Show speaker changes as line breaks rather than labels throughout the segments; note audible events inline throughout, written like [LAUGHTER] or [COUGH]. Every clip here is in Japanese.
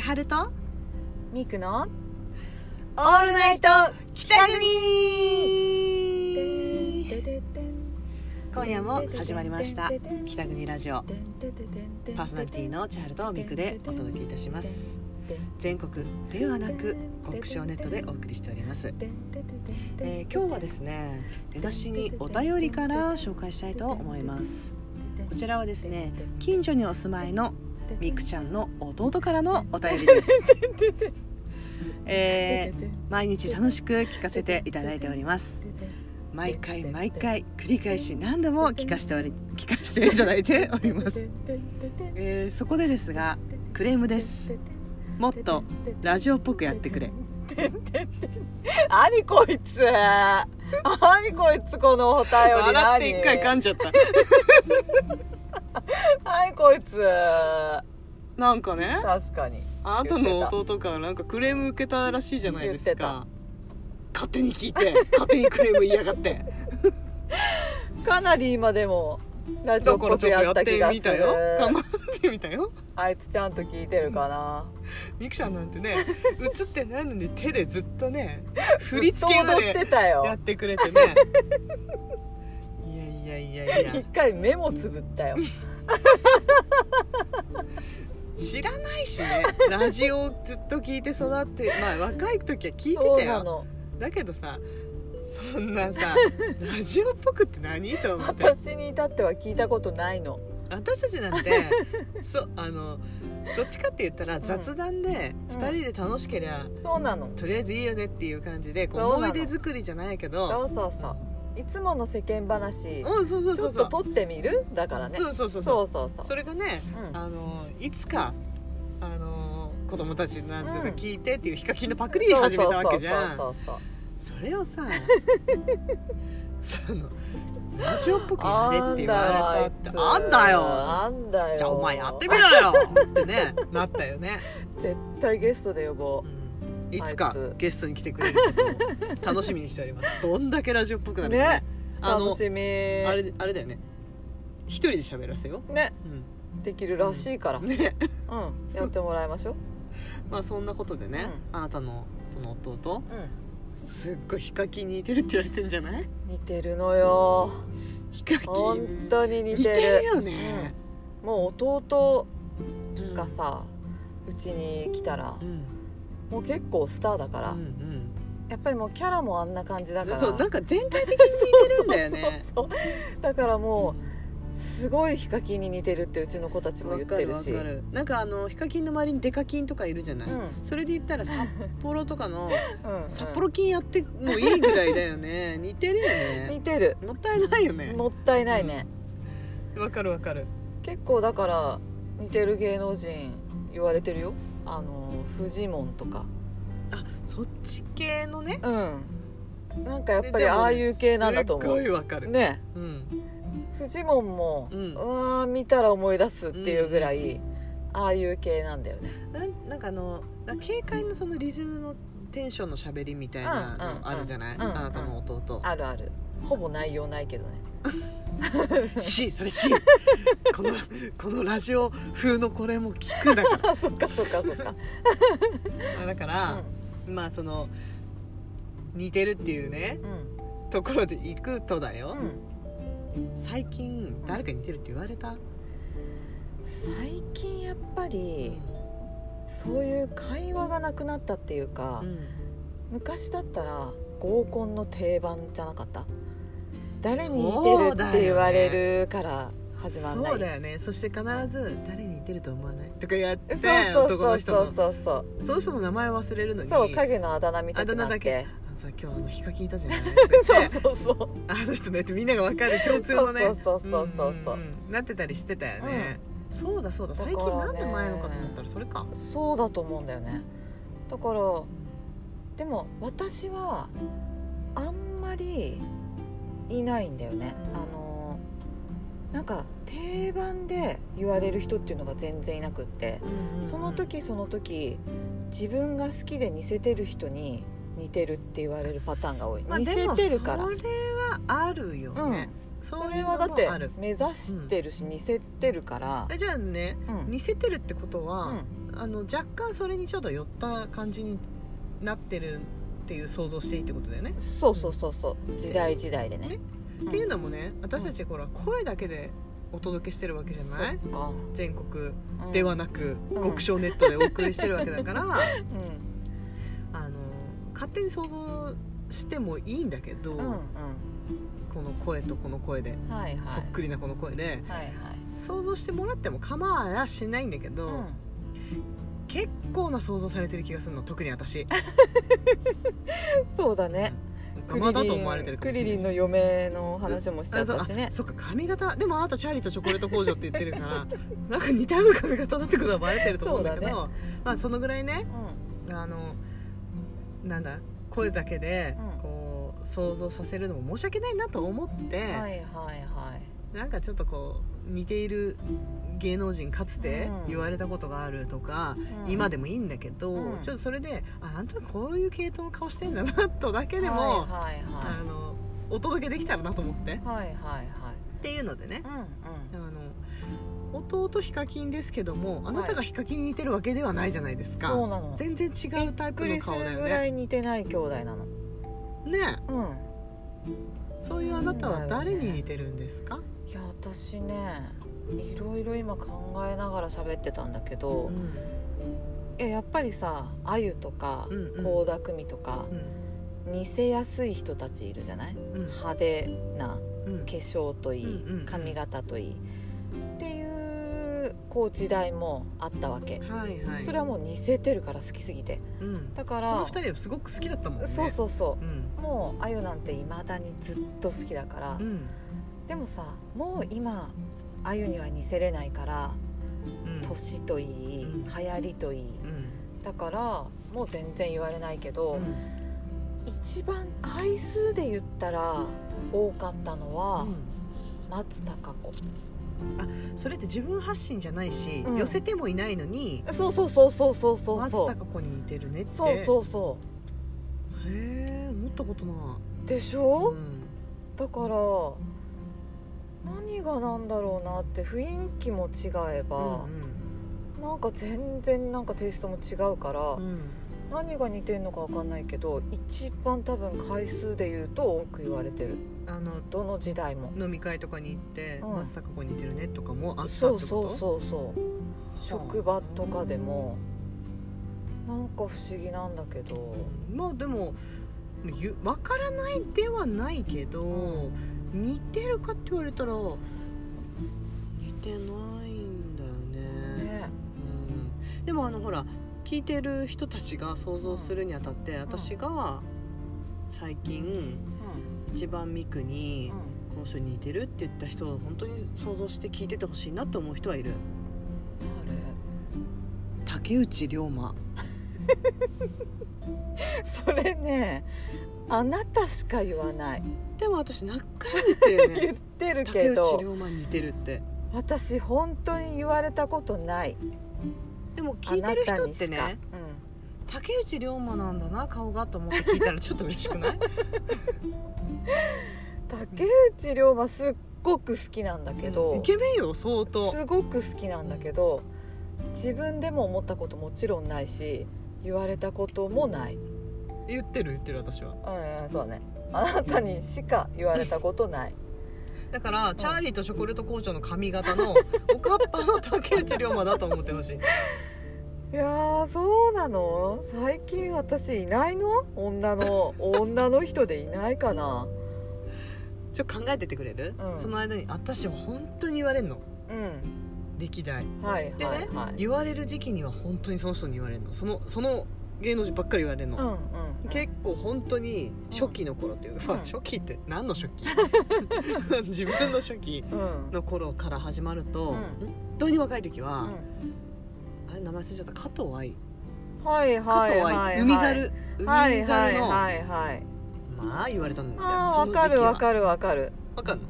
はると
ミクの
オールナイト
北国
今夜も始まりました北国ラジオパ
パ
ー
ー
ソ
ソ
ナ
ナ
リ
リ
テ
テ
ィ
ィ
の
の
チャールとミクでお届けいたします全国で
で
は
は
な
な
く
く
国
国
証
証
ネッ
ネッ
ト
ト
で
で
お
お
送
送
り
り
し
してて
お
お
り
り
ま
ますす、
えー
えー
今日
今日
は
は
で
ですす
ね出だしにお便りから紹介したいと思いますこちらはですね近所にお住まいのみくちゃんの弟からのお便り [LAUGHS] です、えー毎日楽しく聞かせていただいております毎回毎回繰り返し何度も聞かしており聞かしていただいております、えーそこでですがクレームですもっとラジオっぽくやってくれ
何こいつ何こいつこのお便り何
笑って一回噛んじゃった
何こいつ
なんかね
確かに
あなたの弟からなんかクレーム受けたらしいじゃないです
言ってた
か勝手に聞いて勝手にクレーム言いやがって
かなり今でもラジオ
だ
っ
か
ぽ
らち
く
ょっとや
や
っ
った気
て
がす
みたよ頑張
る
ってみたよ
あいつちゃんと聞いてるかな
ミクちゃんなんてね映ってないのに手でずっとね振り付けま
踊っ
で
てた
やっ
よ
てくれてねいやいやいやい
一
や
回目もつぶったよ
知らないしねラジオずっと聞いて育
[LAUGHS]
ってまあ若い時は聞いて
そう
た
な
よ
の
だけどさそんなさラジオっぽくって何と思って
私に至っては聞いたことないの
私たちなん
[LAUGHS]
てそうあのどっちかって言ったら雑談で
うん
2人で楽しけりゃ、
そうなの
とりあえずいいよねっていう感じでこう
そうな
思
の
い出作りじゃないけ
そ
ど
うそうそういつもの世間話
うんそうそう
ち
そ
ょ
う
っ
そ
と
う
撮ってみるだからね
そうそうそうそ
そううそうそう
それがね
うん
あのいつかあの子供たちなんとか
うん
聞いてっていうヒカキンのパクリ始めたわけじゃん
そうそうそうそう
それ
[LAUGHS]
をさそのラジオっぽくやれって言われたってあ
あ
ん
ん
だ
だよ
よ
あんだよ
じゃあお前やってみろよってねなったよね、
絶対ゲストで呼ぼ
うん、いつ
あ
か
いつ
ゲストに来てくれることを楽しみにしておりますどんだけラジオっぽくな
う
るかね
ね
あの
楽しみ
あれあれだよね一人で喋らせよ
ね
う、
できるらしいから
うん、ね [LAUGHS]
うんやってもらいましょう
まあそんなことでね、あなたのその弟
う
すっごいヒカキンに似てるって言われてんじゃない
ん似てるのよ
ヒカキン
本当に似てる
似てるよね、
もう弟
うん
がさうちに来たら
うん
もう結構スターだから、
うんうん
やっぱりもうキャラもあんな感じだから
そうなんか全体的に似てるんだよね
そうそうそうだからもうすごいヒカキンに似てるってうちの子たちも
わ
言っ
か
て
る
る
わ
し
かるなんかあのヒカキンの周りにデカキンとかいるじゃない、
うん
それで言ったら札幌とかの
[LAUGHS] うんうん
札幌金やってもいいぐらいだよね似てるよね
似てる
もったいないよね
もったいないね、
わかるわかる
結構だから似てる芸能人言われてるよあのフジモンとか
あそっち系のね
うんなんかやっぱりああいう系なんだと思
すっ
う
ごいわかる、
ね
うん、
フジモンも、
う
うんわー見たら思い出すっていうぐらい、ああいう系なんだよね
なんなんかあのなんか軽快なそのリズムのテンションの喋りみたい
うん
な
うん
のあるじゃない、
うんうん
あなたの弟、
あるあるほぼ内容ないけどね [LAUGHS]
[LAUGHS] C それ C このこのラジオ風のこれも聞くだから
あそっかそっかそっか、
[LAUGHS] まあだから、まあその似てるっていうね
うんうん
ところで行くとだよ、
うん
最近誰かに似てるって言われた、
最近やっぱりそういう会話がなくなったっていうか、昔だったら合コンの定番じゃなかった誰に似てるって言われるから始まんない
そうだよねそして必ず「誰に似てると思わない?」とかやって
そう
男
そ
の
う
人
そ
の
うそうそう
その人の名前忘れるのに
そう影のあだ名みたいにな
あだ名
っ
だ
て
けあのさ今日あのヒカキンいたじゃない
[LAUGHS] そうそうそう
あの人ねってみんなが分かる共通のね
そうそうそうそうそう
うんうんうんなってたりしてたよね、そうだそうだ
だか
最
ら
近な
ね
んで前のかと思ったらそれか
そうだと思うんだよねだからでも私はあんまりいないんだよねあのなんか定番で言われる人っていうのが全然いなくってその時その時自分が好きで似せてる人に似てるって言われるパターンが多い、
まあ、
似
で
せ
も
てるから
それはあるよね、
そ
そういう
れ
のも
はだって
ある
目指してるし似せてるから、
えじゃあね
うん
似せてるってことは、
うん
あの若干それにちょっと寄った感じになってるっていう想像していいってことだよね。
そうそうそうそう時代時代でね
ね
ん
っていうのもね私たちほら声だけでお届けしてるわけじゃない
そっか、
全国
うん
ではなく、
うん
極小ネットでお送りしてるわけだから
うん
あの勝手に想像してもいいんだけど、
うん
この声とこの声で、
うんはいはい
そっくりなこの声で
はいはい
想像してもらっても構わやしないんだけど、
うん
結構な想像されてる気がするの特に私
[LAUGHS] そうだね
ガマだと思われてるか
ク
もし
リ
れ
リン
な
の
いし
嫁の話もしちゃ
あ
っ
そう
た
あ
しね
そっか髪型でもあなたチャーリーとチョコレート工場って言ってるからなんか似たような髪型だってことはバレてると思うんだけど
そう
まあ、そのぐらいね
う
あのなんだ声だけで
うん
こう想像させるのも申し訳ないなと思って、
んはいはいはい
なんかちょっとこう似ている芸能人かつて
うん
言われたことがあるとか、
うん
今でもいいんだけど、
うん
ちょっとそれであなんとなくこういう系統の顔してんだなとだけでも、
はいはい
あのお届けできたらなと思ってっ
はいはいはい
ていうのでね
うん
あの弟ヒカキンですけどもあなたがヒカキンに似てるわけではないじゃないです
うん
か、
そうなのびっ
全然違うタイプ
く
の
りす
顔だ
る
よ
ぐら
ね
い似てない兄弟なの
ね
うん
そういうあなたは誰に似てるんですか、
いや私ねいろいろ今考えながら喋ってたんだけど、
うん
いややっぱりさあゆとか
うんうん
倖田來未とか
うん
似せやすい人たちいるじゃない
うん
派手な
うん
化粧といい
うんうん
髪型といいっていうこう時代もあったわけ
はいはい
それはもう似せてるから好きすぎて
うん、
だか
その
ら
二人はすごく好きだったもんね
そうそうそううんもうあゆなんていまだにずっと好きだから
うん
でもさもう今あゆには似せれないから
うん
年といい
うん
流行りといい
うん
だからもう全然言われないけど、
うん
一番回数で言ったら多かったのは松たか子、
それって自分発信じゃないし、
うん
寄せてもいないのに
そうそうそうそうそうそう
松
そ
た
う
か子に似てるねって
そうそうそ
へえ思ったことな
うでし
い、う
ょ、
ん、
だから何がなんだろうなって雰囲気も違えば、なんか全然なんかテイストも違うから、
うんうん
何が似てんのかわかんないけど一番多分回数で言うと多く言われてる
うん、あの
どの時代も
飲み会とかに行って、
うん
松たか子に似てるねとかもあったって
そ
こ
う
と
そうそうそう職場とかでもなんか不思議なんだけど
まあでもゆわからないではないけど、
う
似てるかって言われたら似てないんだよね
ね
うん、でもあのほら聞いてる人たちが想像するにあたって、私が最近一番ミクに「この人に似てる?」って言った人を本当に想像して聞いててほしいなって思う人はいる竹内涼真
あれ [LAUGHS] それねあなたしか言わない
でも私何回も [LAUGHS] 言ってるよね
言ってる
竹
け
内
ど
涼真に似てるって
私本当に言われたことない
でも聞いてる人って
あな
ね
たに
竹内涼真なんだな顔がと思って聞いたらちょっと嬉し
[LAUGHS]
くない
しかうん竹内涼真すっごく好きなんだけど、
[LAUGHS] イケメンよ相当
すごく好きなんだけど自分でも思ったこともちろんないし言われたこともない
言ってる言ってる私は
うんうんそうねあなたにしか言われたことない
だから、チャーリーとチョコレート工場の髪型
[LAUGHS]
のおかっぱの竹内涼真だと思ってほしい
[LAUGHS] いやーそうなの最近私いないの女の女の人でいないかな
ちょっと考えててくれる、
うん
その間に私は本当に言われるの
うん
歴代
はい
でね
はいはい、
言われる時期には本当にその人に言われるのそのその芸能人ばっかり言われる
うん
の、
うんうん
結構本当に初期の頃っていうか、
うん
初期って何の初期 [LAUGHS] 自分の初期
うん
の頃から始まると、
うん
本当に若い時
う
は、
ん
あれ名前忘れちゃった加藤愛
はい
加
はい
藤
はいは
愛
い
海猿
はい
海
は
猿
い
の
はいはい
まあ言われたんだよ
ああ
そ
わ
の時期は
かるわかるわかる
わかんの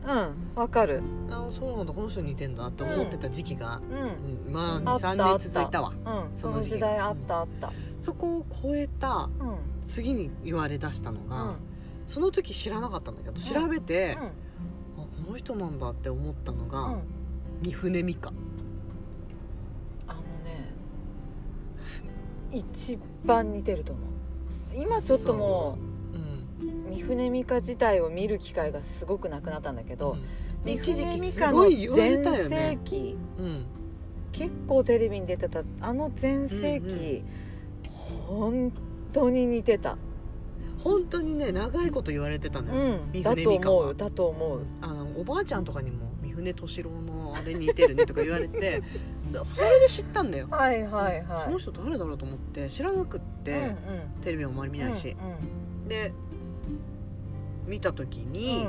うんわかる
あそうなんだこの人に似てんだって思ってた時期が、
うんうん
うんまあ
あった
23
あっ
年
た
続いたわ
そ
そ
の
の
時
時代
代あったあった
そこを超えた
うんうん
次に言われだしたのが、その時知らなかったんだけど調べて、あこの人なんだって思ったの
うんう
が
ん
三船美佳
あのね一番似てると思う今ちょっとも
うん
う三船美佳自体を見る機会がすごくなくなったんだけど、
うん一時期
三船美
す
佳
ご
の
い言われたよ
全盛
ね
期
うん
結構テレビに出てたあの全盛期、本当に似てた、
本当にね長いこと言われてたのよ、
うん、
三
だ
船
と
美佳
思
は
うだと思う
あのおばあちゃんとかにも「三船敏郎のあれ似てるね」とか言われてそうそれで知ったんだよ、
はいはいはい
その人誰だろうと思って知らなくって、
うんうん
テレビもあまり見ないし、で見た時
うんうん
に、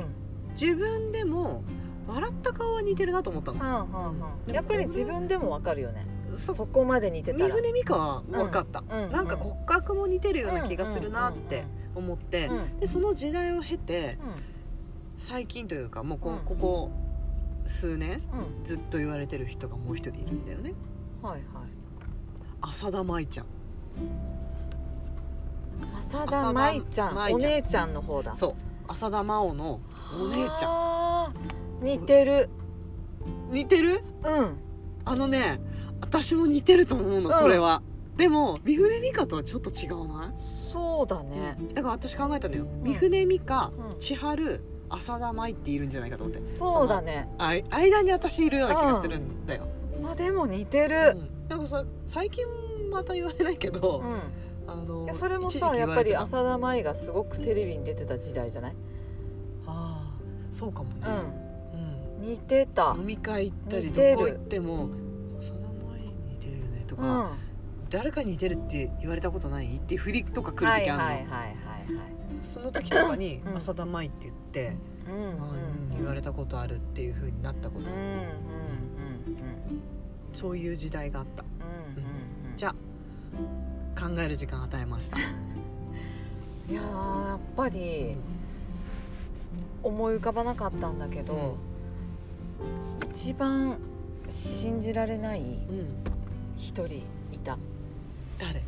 自分でも笑った顔は似てるなと思ったの、
はんはんはんやっぱり自分でもわかるよね
そ
そこまで似てた
三
ら
船美佳は分かった、
うんうん
なんか骨格も似てる
う
ような気がするなって思って、
うんうんうんうん
でその時代を経て最近というかもうこ,、
うん
ここ数年
うん
ずっと言われてる人がもう一人いるんだよね
うんはいはい
浅田舞ちゃん
浅田舞ちゃ
浅田舞ち
ん
ゃん
お姉ちゃんの方だ
そう浅田真央のお姉ちゃ
ゃん似てる
ん似てる
うん
あのね私も似てると思うの、
うん
これはでも三船美佳とはちょっと違うな
そうだね
いだから私考えたのよ
ん
三船美佳
うん
千春浅田舞っているんじゃないかと思って
そうだね
あい間に私いるような気がするんだよ、
まあでも似て
う
る
ん、なんかさ最近また言われないけど、
うん
あの
いやそれも
一時
さ
期言
やっ
わ
ぱ
れて
り
た
浅田舞がすごくテレビに出てた時代じゃない
ああそうかもね、
う
うん
ん似てた
飲み会行ったり
似て
ど
る
こ行っても「浅田舞似てるよね」と
う
か、
ん
誰か似てるって言われたことない?」って振りとか来る
はい
時
は
あ
い
るの、
はいはいはい
その時とかに「
うん
浅田舞」って言って、
うん
あー
う
うん
ん
言われたことあるっていう風になったこ
うん
と、
うんうん
そういう時代があった
うんうんうん
じゃ考える時間与えました
いやーやっぱり思い浮かばなかったんだけど、一番信じられない
うん
一人いた
誰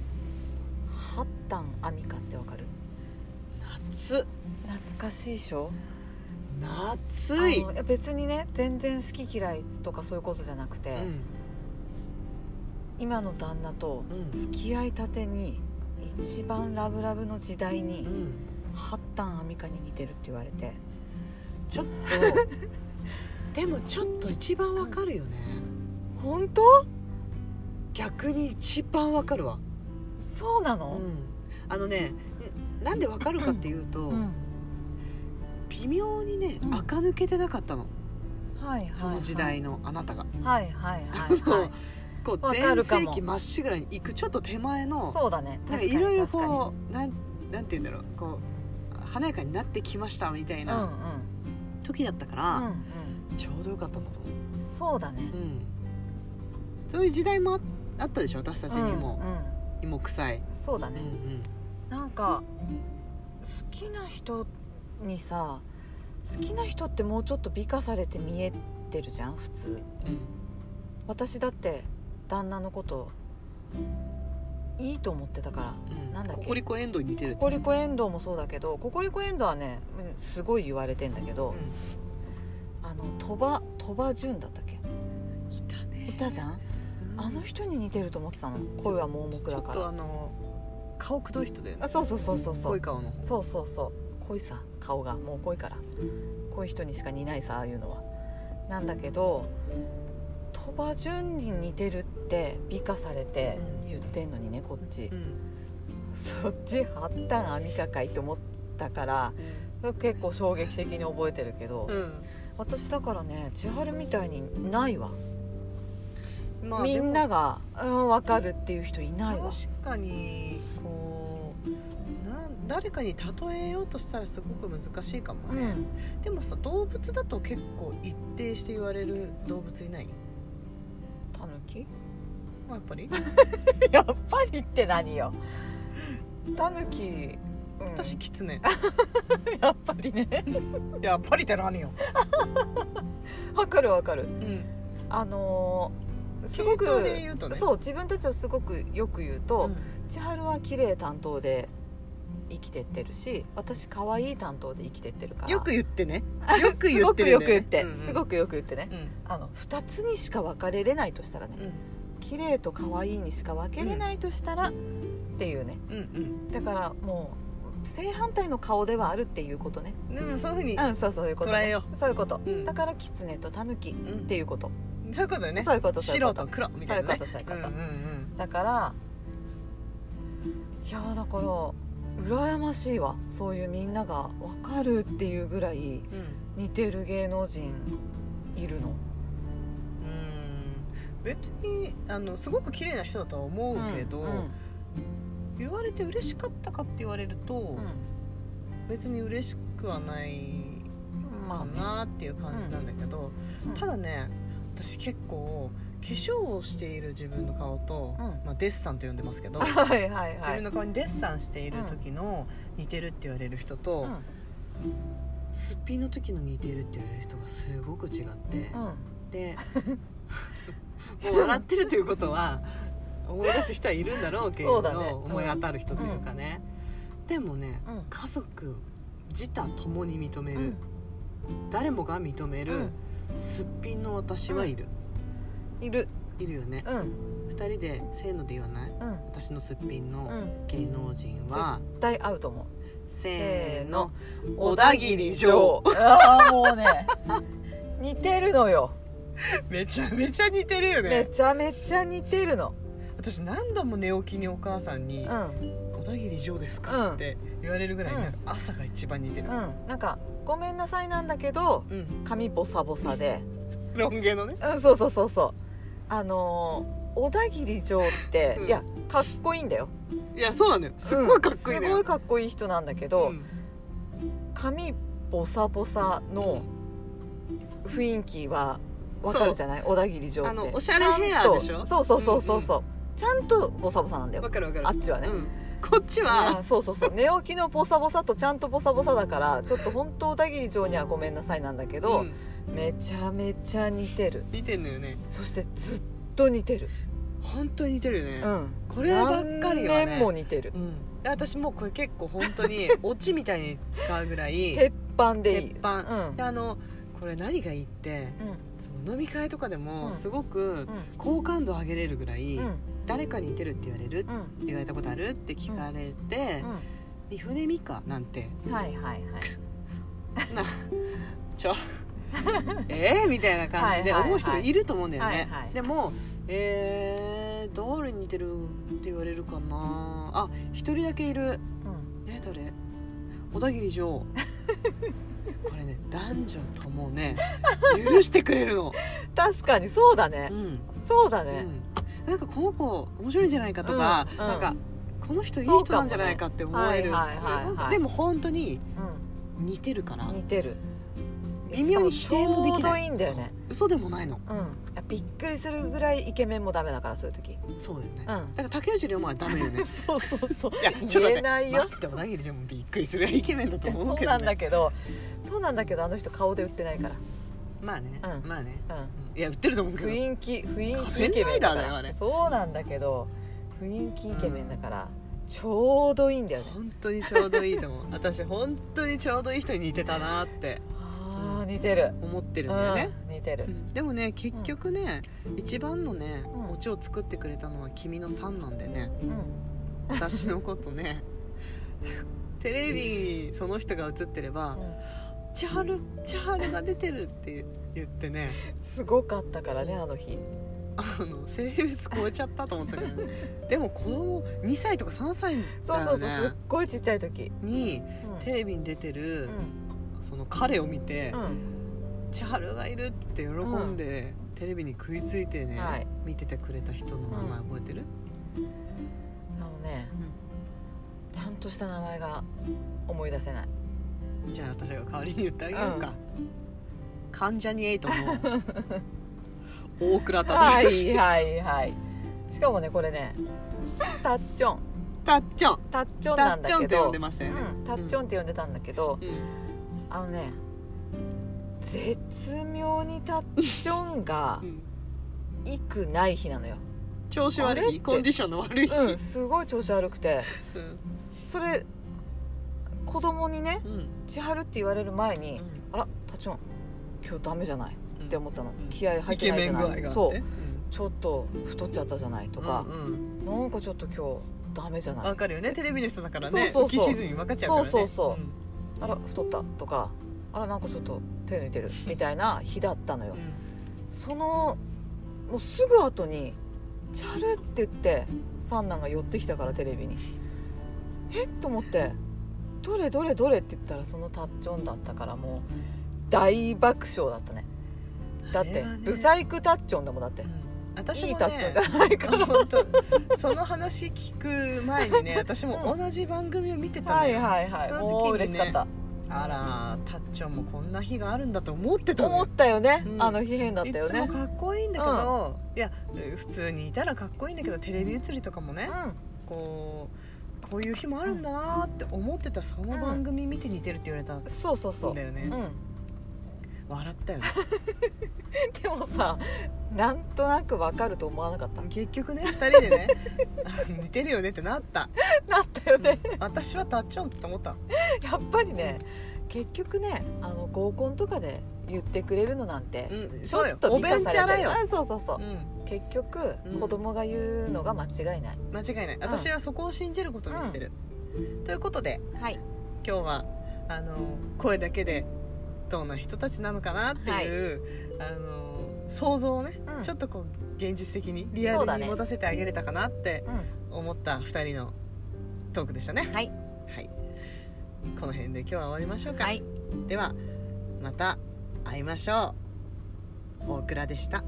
ハッタンアミカってわかる
夏
懐かしいでしょ
夏い
あのや別にね全然好き嫌いとかそういうことじゃなくて、
うん
今の旦那と
うん
付き合いたてに一番ラブラブの時代
う
に、
ん
ハッタンアミカに似てるって言われて
ちょっ
[LAUGHS]
とでもちょっと一番わかるよね
本当
逆に一番わかるわ
そうなの、
うん、あのねんなんでわかるかっていうと、
うん
微妙にね
うん
垢抜けてなかったの、
はいはいはい
その時代のあなたが、
はいはいはい
[LAUGHS]
はい
こう
わ
全
かるかも
盛期まっしぐらに行くちょっと手前の
そうだね
なんか
確
い
かに
ろいろ
確かに
こうなんなんて言うんだろうこう華やかになってきましたみたい
うんうん
な時だったから、
うん
ちょうどよかったんだと思う、
うんそうだね
うん、そういう時代もああったでしょ私たちにも、
うん
芋臭い、
うんそうだ
うん
ね
う、ん、
なんか好きな人にさ好きな人ってもうちょっと美化されて見えてるじゃん普通
うん
私だって旦那のこといいと思ってたから
うん
なんだっけ
ココリコエンドウに似てる
ココリコ遠藤もそうだけどココリコ遠藤はねうんすごい言われてんだけど、あの鳥羽鳥羽潤だったっけ
いたね
いたじゃ
う
ん
ん
あの人に似てると思ってたの声は盲目だか
ちょっとあ
ら
の顔くどい人だよね
あそうそうそうそうそ
濃いう顔の
そうそうそう濃いさ顔がもう濃いから濃い人にしか似ないさああいうのはなんだけど鳥羽潤に似てるって美化されて
うん
言ってんのにねこっち
うん
そっち発端アミカかいと思ったから結構衝撃的に覚えてるけど、私だからね千春みたいにないわ、
まあ
みんなが、うん、分かるっていう人い
で
ない
も
わ
確かにこうなん誰かに例えようとしたらすごく難しいかも
う
ね、
ん
でもさ動物だと結構一定して言われる動物いない
タヌキ [LAUGHS]
まあやっぱり
やっぱりって何よタヌキ、うん
私キツネ
[LAUGHS] やっぱ
[LAUGHS]
りね
やっぱりって何よ、
わかるわかる
うん、
あのーす
系
ごく
統で言うとね
そう自分たちをすごくよく言う
う
と、
ん
千春は綺麗担当で生きてってるし私可愛い担当で生きてってるから
よく言ってねよく言ってるよ
よく
ね
よく言って、
うんうん
すごくよく言ってね
うん
あの2つにしか分かれれないとしたらね、
うん
綺麗と可愛いにしか分けれないとしたら、っていうね
うん
だからもう正反対の顔ではあるっていうことね
うんでもそういうふうに
うんそうそういうこと、ね、
捉えよ
そういうこと、
うん
だから狐と狸っ
うん
ていうこと、
そういうことよね
そういうことそういう
白
こと
と黒みたいなね
そういうことそういうこと
んうん
だからいやだから羨ましいわそういうみんなが分かるっていうぐらい
うん
似てる芸能人いるの
うん別にあのすごく綺麗な人だとは思うけど、
うんうん
言われて嬉しかったかって言われると、別に嬉しくはない
うんま
か
あね
なっていう感じなんだけど、
うん
ただね私結構化粧をしている自分の顔と、
うん
まあ、デッサンと呼んでますけど、
はいはい
自
はい
分の顔にデッサンしている時の似てるって言われる人と、すっぴんの時の似てるって言われる人がすごく違って、
うんうん
[LAUGHS] でもう笑ってるということは思い出す人はいるんだろうけれ
そ
ど、
うだねうん
思い当たる人というかね、でもね
うん
家族自他ともに認め
う
る、
ん
誰もが認める、すっぴんの私はいる、
いる
いるよね
うん
二人でせーので言わない
うん
私のすっぴん
う
の
ん
芸能人は、
絶対合うと思う
せーの
小
小
田
田
切
切
城
城
ああもうね似てるのよ
[LAUGHS] めちゃめちゃ似てるよ
めちゃめちゃ似てるの
私何度も寝起きにお母さんに
うん
「小田切城ですか?」
うん
って言われるぐらいになる、朝が一番似てる、
うんなんかごめんなさいなんだけど
うん、
髪ボサボサで
ロン毛のね
うんそうそうそうそうあのー小田切城って、
うん
いやかっこいいんだよ
いやそうなんだよすっごいかっこいい
うん
の
す
よ、
ごいかっこいい人なんだけど、髪ボサボサの雰囲気はわかるじゃない小田切城って
あのおしゃれヘアでしょ
ちゃんとそうそうそうそうそう、ちゃんとボサボサなん
う
だ
ん
よ
わかるわかる
あっちはね、
うん、こっち
い
は
やそうそうそう寝起きのボサボサとちゃんとボサボサだからちょっと本当小田切城にはごめんなさいなんだけど、
うん
めちゃめちゃ似てる
似てんのよね
そしてずっと似てる
本当に似てるよね、
うん
こればっかりはね
何年も似てる
うん、で私もうこれ結構本当にオチみたいに使うぐらい
鉄板でいい
鉄板
うんうん
であのこれ何がいいってその飲み会とかで
うん
もすごく好感度上げれるぐらい、
うんうん
誰かに似てるって言われる
うん
言われたことあるって聞かれて「
う
三船美香」なんて
んはいはいはい
ちょえー、みたいな感じで
はいはい
思
はい
う人いると思うんだよね、
はいはい
でもえー、誰に似てるって言われるかなあ一人だけいる
うん
ね誰小田切城
[LAUGHS]
これね男女ともね許してくれる
[LAUGHS]
の、
確かにそうだ
う
ね
ん
そうだ
う
ね
ん、なんかこの子面白いんじゃないかとか、
うんうん
なんかこの人いい人なんじゃないかって思える、
そうかもねはいはいはいはい
すごくでも本当に
う
似てるから
ん似てる
微妙に否定もでき
しかちょうど
ない
いんだよね
嘘でもないの
うんいやびっくりするぐらいイケメンもダメだからそういう時
そうだよね、
う
だ
ん
から竹内涼真はダメよね
そうそうそう
いやちょっと待
言
っ
え
て
ないよ
待って小田切城もびっくりするイケメンだと
そ
思う
う
け
な
ど、
んだ
ね、
けどそうなんだけどあの人顔で売ってないか
まあね、
うん
まあね、
ら、うん
うんいや売ってると思うけど
雰囲気雰囲
仮
気
面
イケメン
ライダー
だ
だよ
か
あ
ら
れ
そうなんだけど雰囲気イケメンだからちょうどいいんだよね
本当にちょうどいいと思う私本当にちょうどいい人に似てたなって
あー似てる
思ってるんだよね、
うん似てる
うんでもね結局ね、一番のね
うん
オチを作ってくれたのは君のさんなんでね
うん
私のことね [LAUGHS] テレビにその人が映ってれば「千春千春が出てる」って言ってね
すごかったからねあの日
あの性別超えちゃったと思った
[LAUGHS]
から、ね、でも子供2歳とか3歳
そう
だ
そ
よ
うそうすっ
ね
ごいちっちゃい時
に
うん
テレビに出てる
うん
その彼を見て、
うん
千春がいるって喜んで、テレビに食いついてね、
はい
見ててくれた人の名前覚えてる、
あのねちゃんとした名前が思い
[LAUGHS]
出せない
じゃあ私が代わりに言ってあげようか、関ジャニエイ
[LAUGHS]
トの大倉
は
忠
い
志
はいはいしかもねこれねタッチョン
たっちゃん
タッチョン
た
な
っ
ん
ちゃ
だ
んっ
け
て呼ん
ど
でましたよね、
うんタッチョンって呼んでたんだけど、
うん
あのね絶妙にタッチョンが
うん
いくない日なのよ
調子
あ
悪
れ
いコンディションの悪い、
うんすごい調子悪くて
うん
それ子供にね
うん
「千春」って言われる前に
うん
「あらタッチョン今日ダメじゃない」って思ったの
うん
気合入
イ
って
ケ
ない
メ
じゃ
ン具合が
な
あっ
い
て
そうちょっと太っちゃったじゃないとか
う、ん
なんかちょっと今日ダメじゃ
うん
ない
わかるよねテレビの人だからね
そうそうそう
浮き沈み分かっちゃうからね
そうそうあら太ったとかあらなんかちょっと手抜いてるみたいな日だったのよ
んん
そのもうすぐ後に「チャル」って言って三男が寄ってきたからテレビにえっと思って「どれどれどれ」って言ったらそのタッチョンだったからもう大爆笑だったねだっ
あ
て
れはね
ブサイクタッチョンだもんだって
うん私
いい
も
タッチョン
ね
じゃないから
本当その話聞く前にね私も同じ番組を見てたの
はい
よ
はいはい
その時にね
もう嬉しかった
あらタッチョンもこんな日があるんだと思ってたの
思
よ
ったよね
うん
あの日変だったよ
い
ね
つもかっこいいんだけど、いや普通にいたらかっこいいんだけどテレビ映りとかもねこうこういう日もあるんだなって思ってたその番組見て似てるって言われた
うんそうそうそ
ん
う
だよね、
うん
笑ったよね
でもさなんとなくわかると思わなかった [LAUGHS]
結局ね2人でね [LAUGHS] あ似てるよねってなった
なったよね
私はタッチョンって思った
[LAUGHS] やっぱりね結局ねあの合コンとかで言ってくれるのなんて、
うん
ちょ
そう
っ
よ
と
お
美化
弁ちゃ
され
ら
てる
よ、
あそうそうそうう、
ん、
結局、
うん
子供が言うのが間違いない
間違いない私はそこを信じることにしてる、ということで
はい
今日はあの声だけでどんな人たちなのかなっていう、あの想像をね、
うん
ちょっとこう現実的にリア
そう
ル
だ
に
ね
持たせてあげれたかなって
う
思った2人のトークでしたね
ん、はい
はいこの辺で今日は終わりましょうか、
はい
ではまた会いましょう大倉でした